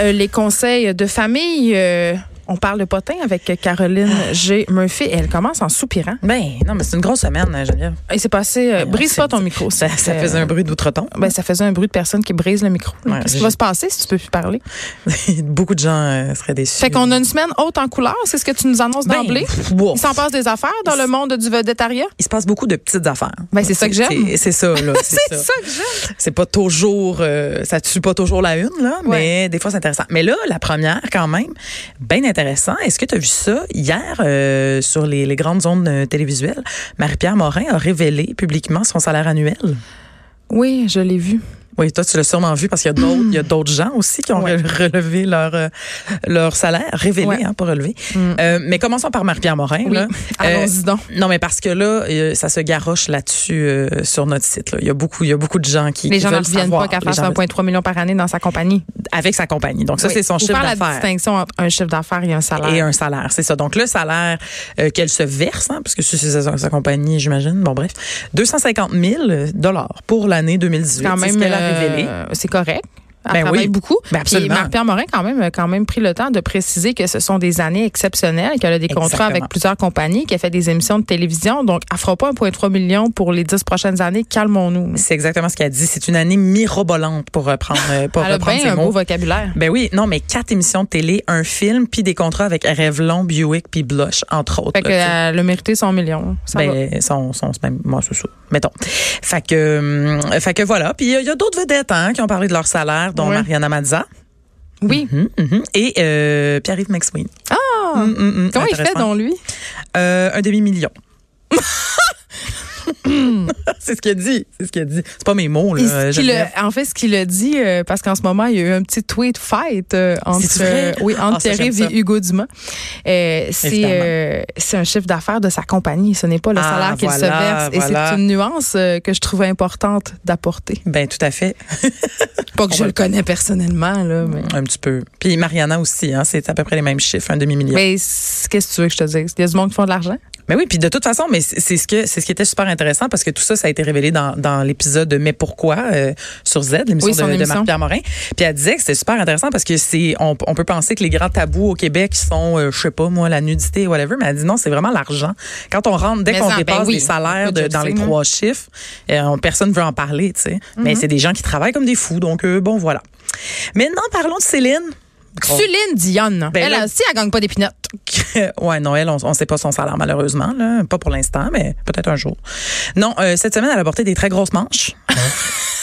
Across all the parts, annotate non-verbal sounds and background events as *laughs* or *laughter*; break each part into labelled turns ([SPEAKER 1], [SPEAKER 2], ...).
[SPEAKER 1] Euh, les conseils de famille. euh, on parle de potin avec Caroline G. Murphy. Elle commence en soupirant.
[SPEAKER 2] Ben, non, mais c'est une grosse semaine, hein, Geneviève.
[SPEAKER 1] Il s'est passé. euh, brise pas ton micro.
[SPEAKER 2] Ça, ça faisait un bruit d'outre-ton.
[SPEAKER 1] Ben, ça faisait un bruit de personne qui brise le micro. là.
[SPEAKER 2] Ouais,
[SPEAKER 1] Qu'est-ce qui
[SPEAKER 2] j'ai-
[SPEAKER 1] va se passer si tu peux plus parler?
[SPEAKER 2] *laughs* Beaucoup de gens euh, seraient déçus.
[SPEAKER 1] Fait qu'on a une semaine haute en couleurs. C'est ce que tu nous annonces
[SPEAKER 2] Ben,
[SPEAKER 1] d'emblée?
[SPEAKER 2] wow.
[SPEAKER 1] Il s'en passe des affaires dans le monde du vedettariat?
[SPEAKER 2] Il se passe beaucoup de petites affaires.
[SPEAKER 1] Ben, c'est ça que j'aime.
[SPEAKER 2] C'est- C'est ça,
[SPEAKER 1] *laughs*
[SPEAKER 2] là. c'est
[SPEAKER 1] C'est
[SPEAKER 2] ça.
[SPEAKER 1] ça que j'aime.
[SPEAKER 2] C'est pas toujours, euh, ça tue pas toujours la une, là, mais des fois c'est intéressant. Mais là, la première, quand même, bien intéressant. Est-ce que tu as vu ça hier euh, sur les, les grandes ondes euh, télévisuelles? Marie-Pierre Morin a révélé publiquement son salaire annuel.
[SPEAKER 1] Oui, je l'ai vu.
[SPEAKER 2] Oui, toi, tu l'as sûrement vu parce qu'il y a d'autres, il y a d'autres gens aussi qui ont
[SPEAKER 1] Ouais.
[SPEAKER 2] re- relevé leur, euh, leur salaire, révélé,
[SPEAKER 1] Ouais. Mm.
[SPEAKER 2] hein, pas relevé. Euh, mais commençons par Marie-Pierre Morin.
[SPEAKER 1] Oui.
[SPEAKER 2] là. Euh,
[SPEAKER 1] Allons-y donc.
[SPEAKER 2] non, mais parce que là, euh, ça se garoche là-dessus euh, sur notre site. là. Il y a beaucoup, il y a beaucoup de gens qui
[SPEAKER 1] Les
[SPEAKER 2] qui
[SPEAKER 1] gens ne
[SPEAKER 2] veulent
[SPEAKER 1] reviennent
[SPEAKER 2] savoir.
[SPEAKER 1] pas qu'à
[SPEAKER 2] Les
[SPEAKER 1] faire
[SPEAKER 2] gens-
[SPEAKER 1] 1,3 million par année dans sa compagnie.
[SPEAKER 2] avec sa compagnie. Donc ça,
[SPEAKER 1] Oui.
[SPEAKER 2] c'est son
[SPEAKER 1] Faut
[SPEAKER 2] chiffre
[SPEAKER 1] faire la
[SPEAKER 2] d'affaires.
[SPEAKER 1] distinction entre un chiffre d'affaires et un salaire.
[SPEAKER 2] Et un salaire, c'est ça. Donc, le salaire euh, qu'elle se verse, hein, parce que c'est sa, sa compagnie, j'imagine, bon, bref, 250 000 pour l'année 2018.
[SPEAKER 1] quand
[SPEAKER 2] C'est
[SPEAKER 1] même,
[SPEAKER 2] ce qu'elle a révélé.
[SPEAKER 1] euh, c'est correct. Elle
[SPEAKER 2] Ben oui.
[SPEAKER 1] travaille beaucoup.
[SPEAKER 2] Ben
[SPEAKER 1] Puis
[SPEAKER 2] absolument.
[SPEAKER 1] Marc-Pierre Morin quand même, a quand même pris le temps de préciser que ce sont des années exceptionnelles, qu'elle a des contrats
[SPEAKER 2] Exactement.
[SPEAKER 1] avec plusieurs compagnies, qu'elle fait des émissions de télévision. Donc, elle fera pas 1,3 million pour les 10 prochaines années. Calmons-nous.
[SPEAKER 2] C'est exactement ce qu'elle dit. C'est une année mirobolante pour reprendre, euh, pour
[SPEAKER 1] Elle a
[SPEAKER 2] reprendre
[SPEAKER 1] bien
[SPEAKER 2] ses
[SPEAKER 1] un
[SPEAKER 2] mots.
[SPEAKER 1] beau vocabulaire.
[SPEAKER 2] Ben oui, non, mais quatre émissions de télé, un film, puis des contrats avec Revlon, Buick, puis Blush, entre autres.
[SPEAKER 1] Fait
[SPEAKER 2] là, tu sais.
[SPEAKER 1] qu'elle a mérité 100 millions. Ça va.
[SPEAKER 2] ben, son, son, même, moi, c'est ça. Mettons. Fait que, euh, fait que voilà. Puis il y a- il y a, d'autres vedettes hein, qui ont parlé de leur salaire, dont
[SPEAKER 1] Ouais.
[SPEAKER 2] Mariana Mazza
[SPEAKER 1] Oui.
[SPEAKER 2] Mhm, mhm. et euh, Pierre-Yves McSween.
[SPEAKER 1] Ah!
[SPEAKER 2] Mhm, mhm,
[SPEAKER 1] Comment il fait,
[SPEAKER 2] intéressant.
[SPEAKER 1] donc, lui?
[SPEAKER 2] Euh,
[SPEAKER 1] *laughs*
[SPEAKER 2] un demi-million. *laughs* c'est ce qu'il a dit. C'est ce qu'il a dit. C'est pas mes mots, là.
[SPEAKER 1] Il- ce qu'il
[SPEAKER 2] Geneviève.
[SPEAKER 1] a- en fait, ce qu'il a dit, euh, parce qu'en ce moment, il y a eu un petit tweet fight euh, entre,
[SPEAKER 2] C'est-tu vrai?
[SPEAKER 1] oui, entre
[SPEAKER 2] Ah, ça,
[SPEAKER 1] Pierre-Yves
[SPEAKER 2] j'aime ça.
[SPEAKER 1] et Hugo Dumas. Euh, c'est,
[SPEAKER 2] Évidemment.
[SPEAKER 1] euh, c'est un chiffre d'affaires de sa compagnie. Ce n'est pas le
[SPEAKER 2] Ah,
[SPEAKER 1] salaire qu'il se
[SPEAKER 2] voilà,
[SPEAKER 1] verse. Et
[SPEAKER 2] voilà.
[SPEAKER 1] c'est une nuance euh, que je trouvais importante d'apporter.
[SPEAKER 2] Ben, tout à fait.
[SPEAKER 1] Pas que
[SPEAKER 2] On
[SPEAKER 1] je
[SPEAKER 2] va
[SPEAKER 1] le
[SPEAKER 2] le Mm.
[SPEAKER 1] connais personnellement, là, mais.
[SPEAKER 2] Un petit peu. Puis Mariana aussi, hein, c'est à peu près les mêmes chiffres, un demi-million.
[SPEAKER 1] Mais c'est- qu'est-ce que tu veux que je te dise? Il y a du monde qui font de l'argent?
[SPEAKER 2] Mais oui, puis de toute façon, mais c'est c'est ce que c'est ce qui était super intéressant parce que tout ça, ça a été révélé dans, dans l'épisode de Mais pourquoi euh, sur Z, l'émission
[SPEAKER 1] Oui, son
[SPEAKER 2] de, de
[SPEAKER 1] émission.
[SPEAKER 2] Marc-Pierre Morin. Puis elle disait que c'était super intéressant parce que c'est on, on peut penser que les grands tabous au Québec sont, euh, je sais pas moi, la nudité, whatever. Mais elle dit non, c'est vraiment l'argent. Quand on rentre, dès
[SPEAKER 1] Mais
[SPEAKER 2] qu'on
[SPEAKER 1] ça, ben
[SPEAKER 2] dépasse
[SPEAKER 1] oui. Mhm.
[SPEAKER 2] les salaires de-
[SPEAKER 1] Écoute, je
[SPEAKER 2] dans
[SPEAKER 1] le
[SPEAKER 2] les
[SPEAKER 1] sais, moi.
[SPEAKER 2] trois chiffres, euh, on- personne veut en parler, tu sais. Mais c'est des gens qui travaillent comme des fous, donc euh, bon voilà. Maintenant, parlons de Céline. Gros-
[SPEAKER 1] Suline Dionne.
[SPEAKER 2] Oh. Ben
[SPEAKER 1] elle,
[SPEAKER 2] là- Euh,
[SPEAKER 1] aussi, elle gagne pas des pinottes.
[SPEAKER 2] ouais, Noël, on ne sait pas son salaire malheureusement, là. pas pour l'instant, mais peut-être un jour. Non, euh, cette semaine, elle a porté des très grosses manches. *laughs*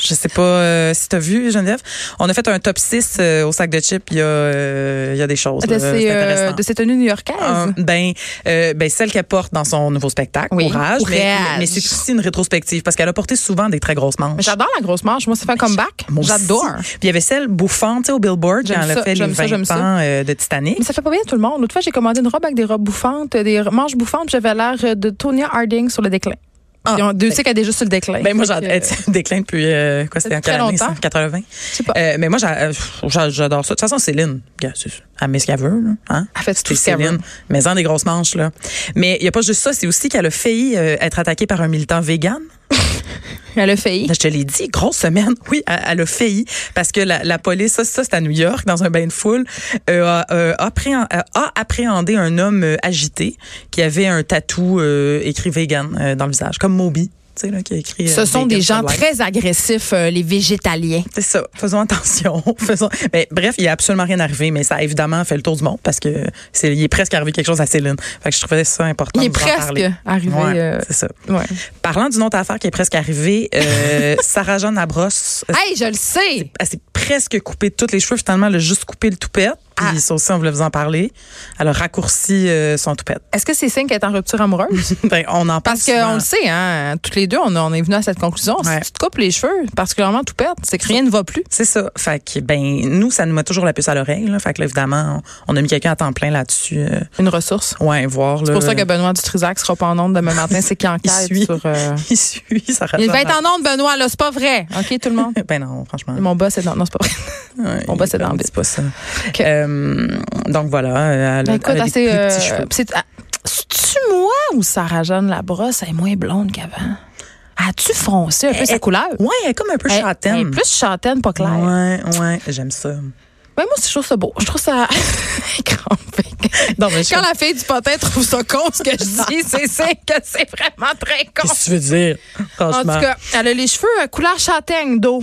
[SPEAKER 2] Je sais pas euh, si tu as vu, Geneviève. On a fait un top 6 euh, au sac de chips. Il y, a, euh, il y a des choses.
[SPEAKER 1] De,
[SPEAKER 2] là.
[SPEAKER 1] ses,
[SPEAKER 2] C'est
[SPEAKER 1] euh,
[SPEAKER 2] intéressant.
[SPEAKER 1] de ses tenues new-yorkaises.
[SPEAKER 2] Euh, ben, euh, ben, celle qu'elle porte dans son nouveau spectacle,
[SPEAKER 1] Oui,
[SPEAKER 2] Courage. mais-
[SPEAKER 1] Courage.
[SPEAKER 2] Mais, c'est aussi une rétrospective parce qu'elle a porté souvent des très grosses manches.
[SPEAKER 1] Mais J'adore la grosse marche. Moi, ça fait un comeback.
[SPEAKER 2] Ben, Moi aussi.
[SPEAKER 1] J'adore.
[SPEAKER 2] Puis il y avait celle bouffante tu sais, au Billboard
[SPEAKER 1] J'aime
[SPEAKER 2] quand elle
[SPEAKER 1] ça,
[SPEAKER 2] a fait les
[SPEAKER 1] j'aime ça,
[SPEAKER 2] 20
[SPEAKER 1] j'aime ça.
[SPEAKER 2] ans euh, de Titanic.
[SPEAKER 1] Mais ça fait pas bien tout le monde. L'autre fois, j'ai commandé une robe avec des robes bouffantes, des manches bouffantes, puis j'avais l'air euh, de Tonya Harding sur le déclin.
[SPEAKER 2] Ah,
[SPEAKER 1] Puis on- Dieu sait qu'elle est déjà sur le déclin.
[SPEAKER 2] Ben moi,
[SPEAKER 1] Fait
[SPEAKER 2] j'adore.
[SPEAKER 1] que,
[SPEAKER 2] *laughs* déclin depuis euh, quoi C'était en
[SPEAKER 1] Depuis très
[SPEAKER 2] quelle année, ça?
[SPEAKER 1] longtemps.
[SPEAKER 2] 80.
[SPEAKER 1] je sais pas.
[SPEAKER 2] Euh, mais moi, j'a- euh, j'a- j'adore ça. De toute façon, Céline, gars, c'est- elle met ce qu'elle veut. Là, hein?
[SPEAKER 1] Elle fait tout
[SPEAKER 2] C'est
[SPEAKER 1] ce qu'elle veut.
[SPEAKER 2] Céline, mais en des grosses manches. là. Mais il n'y a pas juste ça, c'est aussi qu'elle a failli euh, être attaquée par un militant vegan. Ben,
[SPEAKER 1] Elle a failli.
[SPEAKER 2] Je te l'ai dit, grosse semaine. Oui, elle, elle a failli parce que la, la police, ça, ça c'est à New York, dans un bain de foule, euh, a, euh, appréhen- euh, a appréhendé un homme euh, agité qui avait un tatou euh, écrit vegan euh, dans le visage, comme Moby. tu sais, Là, qui a écrit, euh,
[SPEAKER 1] Ce sont
[SPEAKER 2] Vegan
[SPEAKER 1] des
[SPEAKER 2] for
[SPEAKER 1] gens
[SPEAKER 2] Life.
[SPEAKER 1] très agressifs, euh, les végétaliens.
[SPEAKER 2] C'est ça. Faisons attention. *laughs* Faisons... Mais bref, il n'y a absolument rien arrivé, mais ça a évidemment fait le tour du monde parce que c'est, il est presque arrivé quelque chose à Céline. Fait que je trouvais ça important.
[SPEAKER 1] Il est
[SPEAKER 2] de vous en
[SPEAKER 1] presque
[SPEAKER 2] parler.
[SPEAKER 1] arrivé.
[SPEAKER 2] Ouais,
[SPEAKER 1] euh,
[SPEAKER 2] c'est ça.
[SPEAKER 1] ouais.
[SPEAKER 2] Parlant d'une autre affaire qui est presque arrivée,
[SPEAKER 1] *laughs*
[SPEAKER 2] euh, Sarah Jeanne Labrosse,
[SPEAKER 1] Hey, je le sais!
[SPEAKER 2] elle s'est presque coupée de toutes les cheveux. Finalement, elle a juste coupé le toupette. Puis
[SPEAKER 1] Ah.
[SPEAKER 2] ça aussi, on voulait vous en parler. Elle a raccourci euh,
[SPEAKER 1] *laughs*
[SPEAKER 2] son toupette.
[SPEAKER 1] Est-ce que c'est signe qu'elle est en rupture amoureuse?
[SPEAKER 2] Ben, on en parle
[SPEAKER 1] Parce
[SPEAKER 2] souvent.
[SPEAKER 1] qu'on le sait, hein, toutes les deux, on, on est venu à cette conclusion.
[SPEAKER 2] Ouais.
[SPEAKER 1] Si tu te coupes les cheveux, particulièrement tout perdre, c'est que rien ne va plus.
[SPEAKER 2] C'est ça. Fait que, ben, nous, ça nous met toujours la puce à l'oreille. Là. Fait que, là, évidemment, on, on a mis quelqu'un à temps plein là-dessus. euh,
[SPEAKER 1] Une ressource.
[SPEAKER 2] ouais, voir.
[SPEAKER 1] C'est pour ça que Benoît Dutrisac sera pas en onde demain matin. C'est
[SPEAKER 2] *laughs*
[SPEAKER 1] qu'il enquête
[SPEAKER 2] Euh. suit.
[SPEAKER 1] sur... euh,
[SPEAKER 2] *laughs* Il suit, ça
[SPEAKER 1] Il va
[SPEAKER 2] ressemble
[SPEAKER 1] être
[SPEAKER 2] à-
[SPEAKER 1] en onde, Benoît, là, c'est pas vrai. OK, tout le *laughs* monde?
[SPEAKER 2] Ben non, franchement.
[SPEAKER 1] Mon boss est dans. Non, c'est pas vrai.
[SPEAKER 2] Ouais,
[SPEAKER 1] on va se
[SPEAKER 2] il-
[SPEAKER 1] dans le
[SPEAKER 2] c'est pas ça.
[SPEAKER 1] Ok.
[SPEAKER 2] Euh, donc voilà, elle, a-
[SPEAKER 1] Ben, écoute,
[SPEAKER 2] elle a des
[SPEAKER 1] assez,
[SPEAKER 2] plus
[SPEAKER 1] euh,
[SPEAKER 2] petits cheveux.
[SPEAKER 1] c'est- ah, C'est-tu moi ou Sarah Jeanne Labrosse elle est moins blonde qu'avant? As-tu foncé un peu
[SPEAKER 2] Elle-
[SPEAKER 1] sa couleur?
[SPEAKER 2] Ouais, elle est comme un peu
[SPEAKER 1] Elle-
[SPEAKER 2] châtaine.
[SPEAKER 1] elle est plus châtaine, pas claire.
[SPEAKER 2] Ouais, ouais, j'aime ça.
[SPEAKER 1] Ben, moi, je trouve ça beau. Je trouve ça *laughs* crampé.
[SPEAKER 2] Non, mais je-
[SPEAKER 1] Quand la fille du potin trouve ça con, ce que je dis, c'est c'est que c'est vraiment très con.
[SPEAKER 2] Qu'est-ce que tu veux dire?
[SPEAKER 1] En
[SPEAKER 2] Franchement.
[SPEAKER 1] tout cas, elle a les cheveux euh, couleur châtaigne d'eau.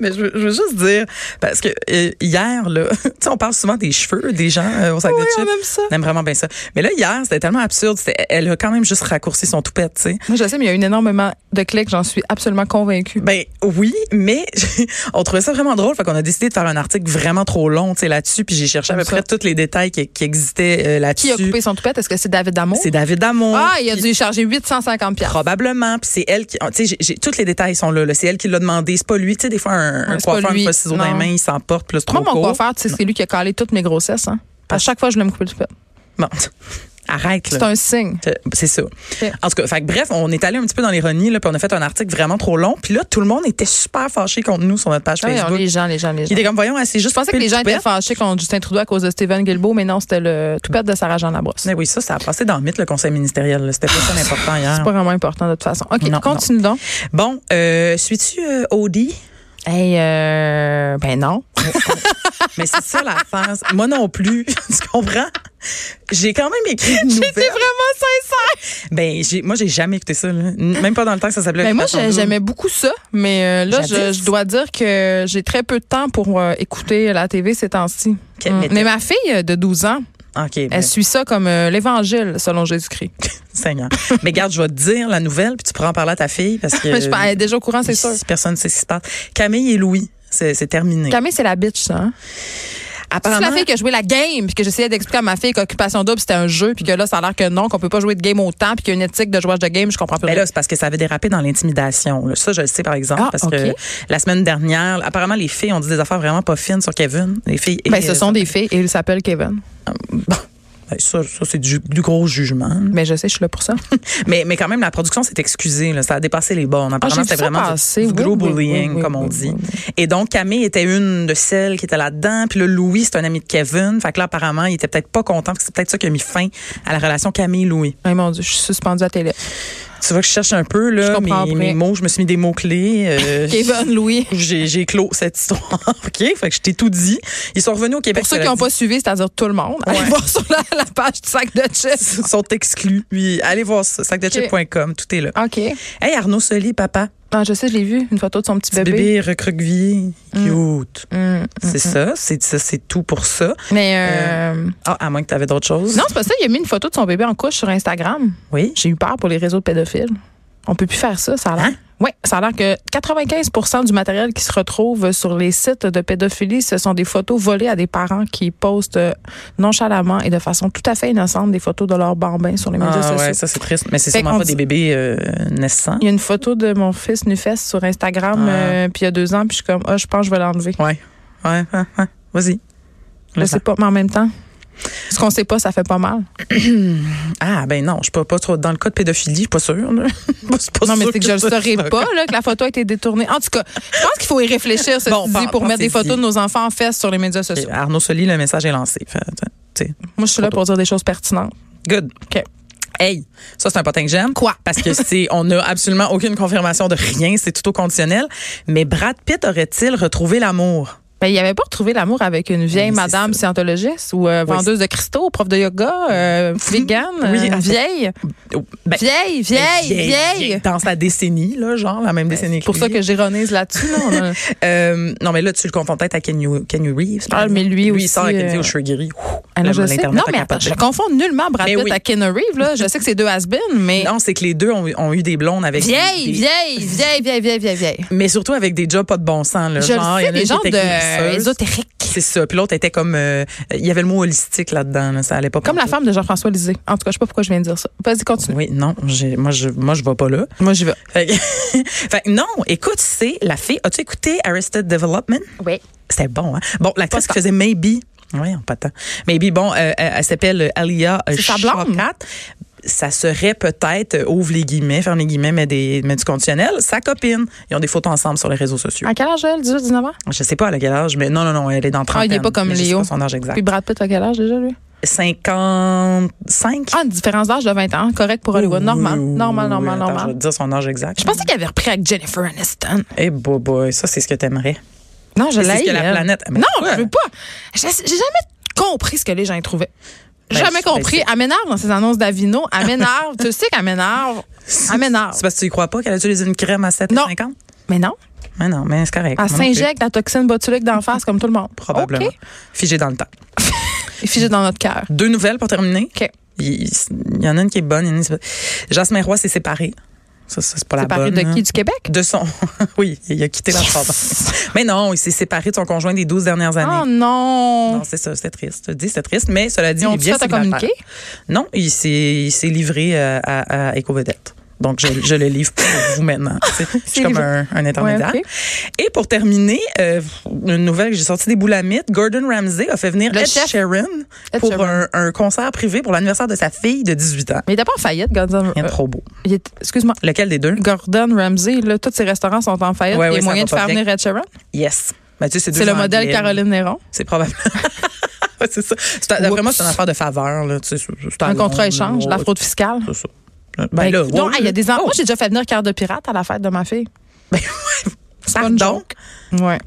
[SPEAKER 2] Mais je veux, je veux juste dire, parce que euh, hier, là, *laughs* tu sais, on parle souvent des cheveux des gens euh, au sac de
[SPEAKER 1] Oui, *laughs* on
[SPEAKER 2] chips.
[SPEAKER 1] aime ça.
[SPEAKER 2] On aime vraiment bien ça. Mais là, hier, c'était tellement absurde. C'était- Elle a quand même juste raccourci son toupette, tu sais.
[SPEAKER 1] Moi, je sais, mais il y a eu énormément de clics, j'en suis absolument convaincue.
[SPEAKER 2] Ben oui, mais *laughs* on trouvait ça vraiment drôle, fait qu'on a décidé de faire un article vraiment trop long, tu sais, là-dessus, puis j'ai cherché à peu
[SPEAKER 1] Comme ça.
[SPEAKER 2] près tous les détails qui, qui existaient euh, là-dessus.
[SPEAKER 1] Qui a coupé son toupette? Est-ce que c'est David Damo?
[SPEAKER 2] C'est David Damon.
[SPEAKER 1] Ah, il a dû charger 850 pièces.
[SPEAKER 2] Probablement, puis c'est elle qui, ah, tu sais, j'ai- j'ai- tous les détails sont là. là. C'est elle qui l'a demandé. C'est pas lui, tu sais. Des fois, un, un
[SPEAKER 1] Ouais, c'est pas
[SPEAKER 2] coiffeur
[SPEAKER 1] lui.
[SPEAKER 2] n'a pas de ciseaux dans les
[SPEAKER 1] Non.
[SPEAKER 2] mains, il s'emporte, plus trop
[SPEAKER 1] Moi, mon
[SPEAKER 2] court.
[SPEAKER 1] coiffeur, tu sais, c'est lui qui a calé toutes mes grossesses. Hein? À chaque fois, je voulais me couper le toupette.
[SPEAKER 2] Bon, *laughs* arrête. là.
[SPEAKER 1] C'est un signe.
[SPEAKER 2] Euh, C'est ça.
[SPEAKER 1] Ok.
[SPEAKER 2] En tout cas, fait que bref, on est allé un petit peu dans l'ironie, là, puis on a fait un article vraiment trop long. Puis là, tout le monde était super fâché contre nous sur notre page
[SPEAKER 1] Ouais,
[SPEAKER 2] Facebook.
[SPEAKER 1] les gens, les gens, les
[SPEAKER 2] Il
[SPEAKER 1] gens.
[SPEAKER 2] était comme, voyons, elle s'est juste
[SPEAKER 1] Ah, Je pensais que
[SPEAKER 2] coupé
[SPEAKER 1] les
[SPEAKER 2] le
[SPEAKER 1] gens étaient
[SPEAKER 2] toupette.
[SPEAKER 1] fâchés contre Justin Trudeau à cause de Stephen Guilbeault, mais non, c'était le toupette de Sarah Jean Labrosse.
[SPEAKER 2] Mais oui, ça, ça a passé dans le mythe, le conseil ministériel. là. C'était pas ça l'important hier.
[SPEAKER 1] C'est pas vraiment important de toute façon. OK,
[SPEAKER 2] Non,
[SPEAKER 1] continue donc.
[SPEAKER 2] Bon, euh, suis-tu euh, Audi?
[SPEAKER 1] Hey, euh, ben non.
[SPEAKER 2] Mais c'est ça la phase. Moi non plus. *laughs* tu comprends? J'ai quand même écrit
[SPEAKER 1] *laughs*
[SPEAKER 2] une
[SPEAKER 1] J'étais
[SPEAKER 2] nouvelle.
[SPEAKER 1] vraiment sincère.
[SPEAKER 2] Ben, j'ai, moi, j'ai jamais écouté ça. là. N- Même pas dans le temps que ça s'appelait.
[SPEAKER 1] Ben moi,
[SPEAKER 2] Occupation
[SPEAKER 1] j'ai-
[SPEAKER 2] Double.
[SPEAKER 1] j'aimais beaucoup ça, mais euh, là, je,
[SPEAKER 2] Jadis.
[SPEAKER 1] je dois dire que j'ai très peu de temps pour euh, écouter la TV ces temps-ci.
[SPEAKER 2] Ok,
[SPEAKER 1] Mm.
[SPEAKER 2] mais t'es-
[SPEAKER 1] Mais ma fille euh, de 12 ans,
[SPEAKER 2] OK, ben,
[SPEAKER 1] elle suit ça comme euh, l'Évangile selon Jésus-Christ.
[SPEAKER 2] Seigneur. mais garde, je vais te dire la nouvelle, puis tu pourras en parler à ta
[SPEAKER 1] *laughs*
[SPEAKER 2] fille. Parce que
[SPEAKER 1] Mais je pense- elle est déjà au courant, c'est sûr.
[SPEAKER 2] Si personne ne sait ce qui se passe. Camille et Louis, c'est, c'est terminé.
[SPEAKER 1] Camille, c'est la bitch, ça. Hein? C'est
[SPEAKER 2] Apparemment,
[SPEAKER 1] la fille qui a joué la game, puis que j'essayais d'expliquer à ma fille qu'occupation double, c'était un jeu, puis que là, ça a l'air que non, qu'on peut pas jouer de game autant, puis qu'il y a une éthique de jouage de game, je comprends plus.
[SPEAKER 2] ben
[SPEAKER 1] rien.
[SPEAKER 2] là, c'est parce que ça avait dérapé dans l'intimidation. là. Ça, je le sais, par exemple,
[SPEAKER 1] Ah,
[SPEAKER 2] parce
[SPEAKER 1] ok.
[SPEAKER 2] que la semaine dernière, apparemment, les filles ont dit des affaires vraiment pas fines sur Kevin. Les filles. et-
[SPEAKER 1] ben, ce sont des filles et il s'appelle Kevin.
[SPEAKER 2] Bon. Ben, Ça, ça c'est du, du gros jugement.
[SPEAKER 1] Mais je sais, je suis là pour
[SPEAKER 2] *laughs*
[SPEAKER 1] ça.
[SPEAKER 2] Mais, mais quand même, la production s'est excusée. là. Ça a dépassé les bornes. Apparemment,
[SPEAKER 1] Ah, j'ai vu
[SPEAKER 2] c'était
[SPEAKER 1] ça
[SPEAKER 2] vraiment du-
[SPEAKER 1] passer.
[SPEAKER 2] du
[SPEAKER 1] Oui,
[SPEAKER 2] gros
[SPEAKER 1] oui,
[SPEAKER 2] bullying,
[SPEAKER 1] oui, oui,
[SPEAKER 2] comme on
[SPEAKER 1] oui,
[SPEAKER 2] dit.
[SPEAKER 1] oui,
[SPEAKER 2] Et donc, Camille était une de celles qui était là-dedans. Puis là, Louis, c'est un ami de Kevin. Fait que là, apparemment, il était peut-être pas content. parce que C'est peut-être ça qui a mis fin à la relation Camille-Louis.
[SPEAKER 1] Ah, mon Dieu, je suis suspendue à la télé.
[SPEAKER 2] Tu vois que je cherche un peu, là,
[SPEAKER 1] Je comprends
[SPEAKER 2] mes,
[SPEAKER 1] après.
[SPEAKER 2] mes mots. Je me suis mis des mots-clés. euh,
[SPEAKER 1] *laughs* Kevin, Louis.
[SPEAKER 2] J'ai j'ai clos cette histoire. *laughs* OK? Fait que je t'ai tout dit. Ils sont revenus au Québec.
[SPEAKER 1] Pour ceux qui
[SPEAKER 2] cela
[SPEAKER 1] n'ont
[SPEAKER 2] dit.
[SPEAKER 1] pas suivi, c'est-à-dire tout le monde, allez
[SPEAKER 2] Ouais.
[SPEAKER 1] voir sur la, la page du sac de
[SPEAKER 2] *laughs*
[SPEAKER 1] chips.
[SPEAKER 2] Ils sont exclus. Oui, allez voir ça, sacdechips.com. Tout est là.
[SPEAKER 1] OK.
[SPEAKER 2] Hey, Arnaud Soli, papa.
[SPEAKER 1] Ah, je sais, je l'ai vu, une photo de son petit
[SPEAKER 2] Petit
[SPEAKER 1] bébé.
[SPEAKER 2] bébé recroquevillé. Cute.
[SPEAKER 1] Mm.
[SPEAKER 2] C'est ça, c'est ça, c'est tout pour ça.
[SPEAKER 1] Mais euh,
[SPEAKER 2] Ah, à moins que tu avais d'autres choses.
[SPEAKER 1] non, c'est pas ça. Il a mis une photo de son bébé en couche sur Instagram.
[SPEAKER 2] Oui.
[SPEAKER 1] J'ai eu peur pour les réseaux de pédophiles. On peut plus faire ça, ça a l'air.
[SPEAKER 2] Hein?
[SPEAKER 1] Oui, ça a l'air que 95 du matériel qui se retrouve sur les sites de pédophilie, ce sont des photos volées à des parents qui postent euh, nonchalamment et de façon tout à fait innocente des photos de leurs bambins sur les médias
[SPEAKER 2] Ah
[SPEAKER 1] sociaux.
[SPEAKER 2] ouais, ça c'est triste, mais c'est
[SPEAKER 1] Fait
[SPEAKER 2] sûrement
[SPEAKER 1] qu'on
[SPEAKER 2] pas
[SPEAKER 1] Ben, dit-
[SPEAKER 2] des bébés euh, naissants.
[SPEAKER 1] Il y a une photo de mon fils Nufes sur Instagram,
[SPEAKER 2] Ah.
[SPEAKER 1] euh, puis il y a deux ans, puis je suis comme, ah, je pense que je vais l'enlever.
[SPEAKER 2] Ouais. Ouais, ouais, ouais. Vas-y.
[SPEAKER 1] Je sais pas, mais en même temps, ce qu'on sait pas, ça fait pas mal.
[SPEAKER 2] Ah ben non, je suis pas, pas trop dans le cas de pédophilie, je suis pas sûre. là. *laughs* Je suis pas
[SPEAKER 1] Non, mais
[SPEAKER 2] sûre
[SPEAKER 1] c'est que je le
[SPEAKER 2] ça,
[SPEAKER 1] saurais
[SPEAKER 2] ça-
[SPEAKER 1] pas, là, que la photo a été détournée. En tout cas, je pense qu'il faut y
[SPEAKER 2] *laughs*
[SPEAKER 1] réfléchir, ceci
[SPEAKER 2] Bon,
[SPEAKER 1] dit,
[SPEAKER 2] par-
[SPEAKER 1] pour mettre des
[SPEAKER 2] pensez-y.
[SPEAKER 1] photos de nos enfants en fesses sur les médias sociaux.
[SPEAKER 2] Ok, Arnaud Soli, le message est lancé. Fait, tu sais,
[SPEAKER 1] Moi, je suis là pour dire des choses pertinentes.
[SPEAKER 2] Good.
[SPEAKER 1] OK.
[SPEAKER 2] Hey, ça c'est un potin que j'aime. Quoi Parce que c'est, *laughs* on n'a absolument aucune confirmation de rien, c'est tout au conditionnel. Mais Brad Pitt aurait-il retrouvé l'amour
[SPEAKER 1] Ben, il avait pas retrouvé l'amour avec une vieille
[SPEAKER 2] Oui, c'est
[SPEAKER 1] madame scientologiste ou euh,
[SPEAKER 2] Oui,
[SPEAKER 1] vendeuse de cristaux, prof de yoga,
[SPEAKER 2] *laughs*
[SPEAKER 1] euh, vegan,
[SPEAKER 2] Oui,
[SPEAKER 1] euh,
[SPEAKER 2] en fait-
[SPEAKER 1] vieille,
[SPEAKER 2] Oh, ben,
[SPEAKER 1] vieille, vieille,
[SPEAKER 2] vieille, vieille,
[SPEAKER 1] vieille. Ben,
[SPEAKER 2] Dans sa décennie, là, genre, la même décennie
[SPEAKER 1] C'est pour ça
[SPEAKER 2] lui.
[SPEAKER 1] que j'ironise là-dessus. là,
[SPEAKER 2] *laughs*
[SPEAKER 1] on a-
[SPEAKER 2] Euh, non, mais là, tu le confonds peut-être à Kenny, Kenny Reeves. par
[SPEAKER 1] Ah, mais
[SPEAKER 2] exemple.
[SPEAKER 1] lui
[SPEAKER 2] il
[SPEAKER 1] aussi,
[SPEAKER 2] sort avec une fille
[SPEAKER 1] euh,
[SPEAKER 2] aux cheveux gris. Ouh,
[SPEAKER 1] Ah,
[SPEAKER 2] le
[SPEAKER 1] non, je
[SPEAKER 2] monde
[SPEAKER 1] sais.
[SPEAKER 2] Internet
[SPEAKER 1] Non,
[SPEAKER 2] a
[SPEAKER 1] mais attends,
[SPEAKER 2] capoté.
[SPEAKER 1] je confonds nullement Brad
[SPEAKER 2] Mais
[SPEAKER 1] Pitt
[SPEAKER 2] Ben oui.
[SPEAKER 1] à Ken Reeves. Là. Je sais que c'est deux has mais
[SPEAKER 2] Non, c'est que les deux ont, ont eu des blondes avec.
[SPEAKER 1] vieille,
[SPEAKER 2] des-
[SPEAKER 1] vieille, vieille, vieille, vieille, vieille, vieille.
[SPEAKER 2] Mais surtout avec des jobs pas de bon sens. Là,
[SPEAKER 1] Je
[SPEAKER 2] genre,
[SPEAKER 1] le
[SPEAKER 2] il y
[SPEAKER 1] sais,
[SPEAKER 2] en a
[SPEAKER 1] des
[SPEAKER 2] une
[SPEAKER 1] gens
[SPEAKER 2] qui était
[SPEAKER 1] de
[SPEAKER 2] glisseuse.
[SPEAKER 1] ésotériques.
[SPEAKER 2] C'est ça. Puis l'autre était comme. euh, il y avait le mot holistique là-dedans. là, ça allait pas.
[SPEAKER 1] Comme la
[SPEAKER 2] pantoute.
[SPEAKER 1] femme de Jean-François Lisée. En tout cas, je sais pas pourquoi je viens de dire ça. Vas-y, continue.
[SPEAKER 2] Oui, non, j'ai- moi je moi je vais pas là.
[SPEAKER 1] Moi, j'y vais.
[SPEAKER 2] Fait que- fait que non, écoute, c'est la fille. As-tu écouté Arrested Development?
[SPEAKER 1] Oui.
[SPEAKER 2] C'était bon, hein? Bon, l'actrice
[SPEAKER 1] Pas
[SPEAKER 2] qui faisait Maybe. Oui, pas tant. Maybe, bon, euh, elle, elle s'appelle euh, Alia euh,
[SPEAKER 1] C'est sa blonde?
[SPEAKER 2] Shawkat. Ça serait peut-être, euh, ouvre les guillemets, ferme les guillemets, mais, des, mais du conditionnel, sa copine. Ils ont des photos ensemble sur les réseaux sociaux.
[SPEAKER 1] À quel âge, elle? 18, 19 ans?
[SPEAKER 2] Je sais pas à quel âge, mais non, non, non, elle est dans 30
[SPEAKER 1] Ah, il est pas comme Léo.
[SPEAKER 2] son âge exact.
[SPEAKER 1] Puis Brad Pitt, à quel âge déjà, lui?
[SPEAKER 2] 55?
[SPEAKER 1] Ah, une différence d'âge de 20 ans. Correct pour Hollywood.
[SPEAKER 2] Oui,
[SPEAKER 1] normal.
[SPEAKER 2] oui,
[SPEAKER 1] normal,
[SPEAKER 2] oui,
[SPEAKER 1] normal,
[SPEAKER 2] attends, Je vais
[SPEAKER 1] normal.
[SPEAKER 2] te dire son âge exact.
[SPEAKER 1] Je pensais qu'il avait repris avec Jennifer Aniston. Ah
[SPEAKER 2] Eh, boy, boy, ça, c'est ce que t'aimerais.
[SPEAKER 1] Non, je
[SPEAKER 2] Mais c'est
[SPEAKER 1] l'ai.
[SPEAKER 2] ce que la
[SPEAKER 1] elle.
[SPEAKER 2] planète- Mais
[SPEAKER 1] Non,
[SPEAKER 2] pourquoi?
[SPEAKER 1] je veux pas. J'ai j'ai jamais compris ce que les gens y trouvaient. J'ai
[SPEAKER 2] Ben,
[SPEAKER 1] jamais
[SPEAKER 2] c'est-
[SPEAKER 1] compris. Elle m'énerve dans ces annonces d'Avino. Elle m'énerve. tu sais qu'elle m'énerve.
[SPEAKER 2] *laughs*
[SPEAKER 1] Elle m'énerve.
[SPEAKER 2] C'est parce que tu y crois pas qu'elle a utilisé une crème à 7,50? Non.
[SPEAKER 1] Mais non.
[SPEAKER 2] Mais non, mais c'est correct.
[SPEAKER 1] Elle
[SPEAKER 2] Moi non plus.
[SPEAKER 1] s'injecte la toxine botulique d'en face comme tout le monde.
[SPEAKER 2] Probablement.
[SPEAKER 1] OK.
[SPEAKER 2] Figé dans le temps.
[SPEAKER 1] Et figée dans notre cœur.
[SPEAKER 2] Deux nouvelles pour terminer.
[SPEAKER 1] OK.
[SPEAKER 2] Il, il y en a une qui est bonne. il y en a une qui est pas- Jasmin Roy s'est séparé. Ça, ça, c'est pas la
[SPEAKER 1] Séparée
[SPEAKER 2] bonne. hein?
[SPEAKER 1] de
[SPEAKER 2] là.
[SPEAKER 1] qui? Du Québec?
[SPEAKER 2] De son. *laughs* oui, il a quitté la province. Mais non, il s'est séparé de son conjoint des 12 dernières années.
[SPEAKER 1] Oh non.
[SPEAKER 2] Non, c'est ça, c'était triste. Je te dis, c'était triste, mais cela dit,
[SPEAKER 1] Ils
[SPEAKER 2] il
[SPEAKER 1] ont
[SPEAKER 2] est
[SPEAKER 1] tout
[SPEAKER 2] bien
[SPEAKER 1] fait à
[SPEAKER 2] célibataire.
[SPEAKER 1] communiquer?
[SPEAKER 2] Non, il s'est, il s'est livré euh, à, à Éco-Vedette. Donc, je, je le livre pour vous maintenant. C'est-
[SPEAKER 1] *laughs*
[SPEAKER 2] Je suis comme
[SPEAKER 1] livré.
[SPEAKER 2] un, un intermédiaire.
[SPEAKER 1] Ouais, ok.
[SPEAKER 2] Et pour terminer, euh, une nouvelle que j'ai sortie des boulamites, Gordon Ramsay a fait venir
[SPEAKER 1] Le
[SPEAKER 2] Ed
[SPEAKER 1] chef.
[SPEAKER 2] Sheeran
[SPEAKER 1] Ed
[SPEAKER 2] pour
[SPEAKER 1] Sheeran.
[SPEAKER 2] Un, un concert privé pour l'anniversaire de sa fille de 18 ans.
[SPEAKER 1] Mais il était pas en faillite, Gordon.
[SPEAKER 2] Rien de
[SPEAKER 1] euh,
[SPEAKER 2] trop beau.
[SPEAKER 1] il est- Excuse-moi.
[SPEAKER 2] Lequel des deux?
[SPEAKER 1] Gordon Ramsay, là, tous ses restaurants sont en faillite.
[SPEAKER 2] Ouais,
[SPEAKER 1] il y
[SPEAKER 2] ouais,
[SPEAKER 1] a
[SPEAKER 2] ça
[SPEAKER 1] moyen
[SPEAKER 2] va
[SPEAKER 1] de
[SPEAKER 2] pas
[SPEAKER 1] faire
[SPEAKER 2] bien.
[SPEAKER 1] venir Ed Sheeran.
[SPEAKER 2] Yes. Ben, tu sais, deux
[SPEAKER 1] C'est le
[SPEAKER 2] Anglais,
[SPEAKER 1] modèle
[SPEAKER 2] là.
[SPEAKER 1] Caroline Néron.
[SPEAKER 2] C'est probablement. *laughs* Ouais, c'est ça. C'est- D'après moi, c'est une affaire de faveur. Là. Tu sais, c'est- c'est à
[SPEAKER 1] Un
[SPEAKER 2] Londres,
[SPEAKER 1] contrat-écoute,
[SPEAKER 2] ouais,
[SPEAKER 1] la fraude fiscale.
[SPEAKER 2] C'est ça. Ben, là,
[SPEAKER 1] non,
[SPEAKER 2] ouais,
[SPEAKER 1] ah, il y a des enfants.
[SPEAKER 2] oh,
[SPEAKER 1] Moi, j'ai déjà fait venir cœur de pirate à la fête de ma fille.
[SPEAKER 2] Ben,
[SPEAKER 1] *laughs* C'est pas une
[SPEAKER 2] pardon.
[SPEAKER 1] joke. Ouais.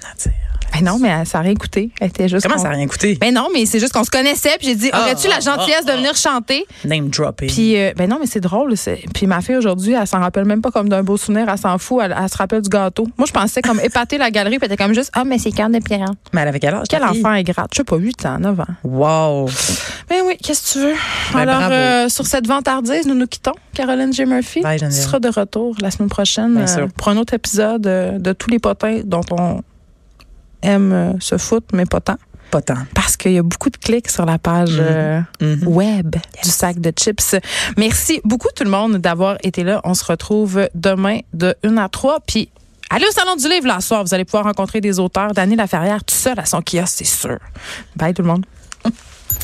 [SPEAKER 2] Rien à dire.
[SPEAKER 1] Ben non, mais elle- ça n'a rien coûté. Elle était juste.
[SPEAKER 2] Comment ça
[SPEAKER 1] con-
[SPEAKER 2] n'a rien coûté?
[SPEAKER 1] Ben non, mais c'est juste qu'on se connaissait. Puis j'ai dit,
[SPEAKER 2] Ah,
[SPEAKER 1] aurais-tu
[SPEAKER 2] ah,
[SPEAKER 1] la gentillesse de
[SPEAKER 2] ah,
[SPEAKER 1] venir chanter?
[SPEAKER 2] Name dropping.
[SPEAKER 1] Puis, euh, ben non, mais c'est drôle. c'est- Puis ma fille aujourd'hui, elle s'en rappelle même pas comme d'un beau souvenir. Elle s'en fout. Elle, elle se rappelle du gâteau. Moi, je pensais comme épater la galerie. Puis elle était comme juste, ah, mais c'est cœur de pirate.
[SPEAKER 2] mais elle avait quel âge?
[SPEAKER 1] Quel
[SPEAKER 2] ta fille?
[SPEAKER 1] enfant est gratte? Je sais pas, 8 ans, 9 ans.
[SPEAKER 2] Wow.
[SPEAKER 1] Ben oui, qu'est-ce que tu veux?
[SPEAKER 2] Ben,
[SPEAKER 1] Alors,
[SPEAKER 2] bravo.
[SPEAKER 1] euh, sur cette vantardise, nous nous quittons. Caroline J. Murphy,
[SPEAKER 2] Bye,
[SPEAKER 1] tu
[SPEAKER 2] Geneviève.
[SPEAKER 1] seras de retour la semaine prochaine euh,
[SPEAKER 2] Bien sûr.
[SPEAKER 1] pour un autre épisode euh, de Tous les potins dont on aime euh, se foutre, mais pas tant.
[SPEAKER 2] Pas tant.
[SPEAKER 1] Parce qu'il y a beaucoup de clics sur la page euh,
[SPEAKER 2] Mhm.
[SPEAKER 1] web du sac de chips. Merci beaucoup tout le monde d'avoir été là. On se retrouve demain de 1 à 3. Puis allez au Salon du Livre la soir. Vous allez pouvoir rencontrer des auteurs. Dany Laferrière tout seul à son kiosque, c'est sûr. Bye tout le monde.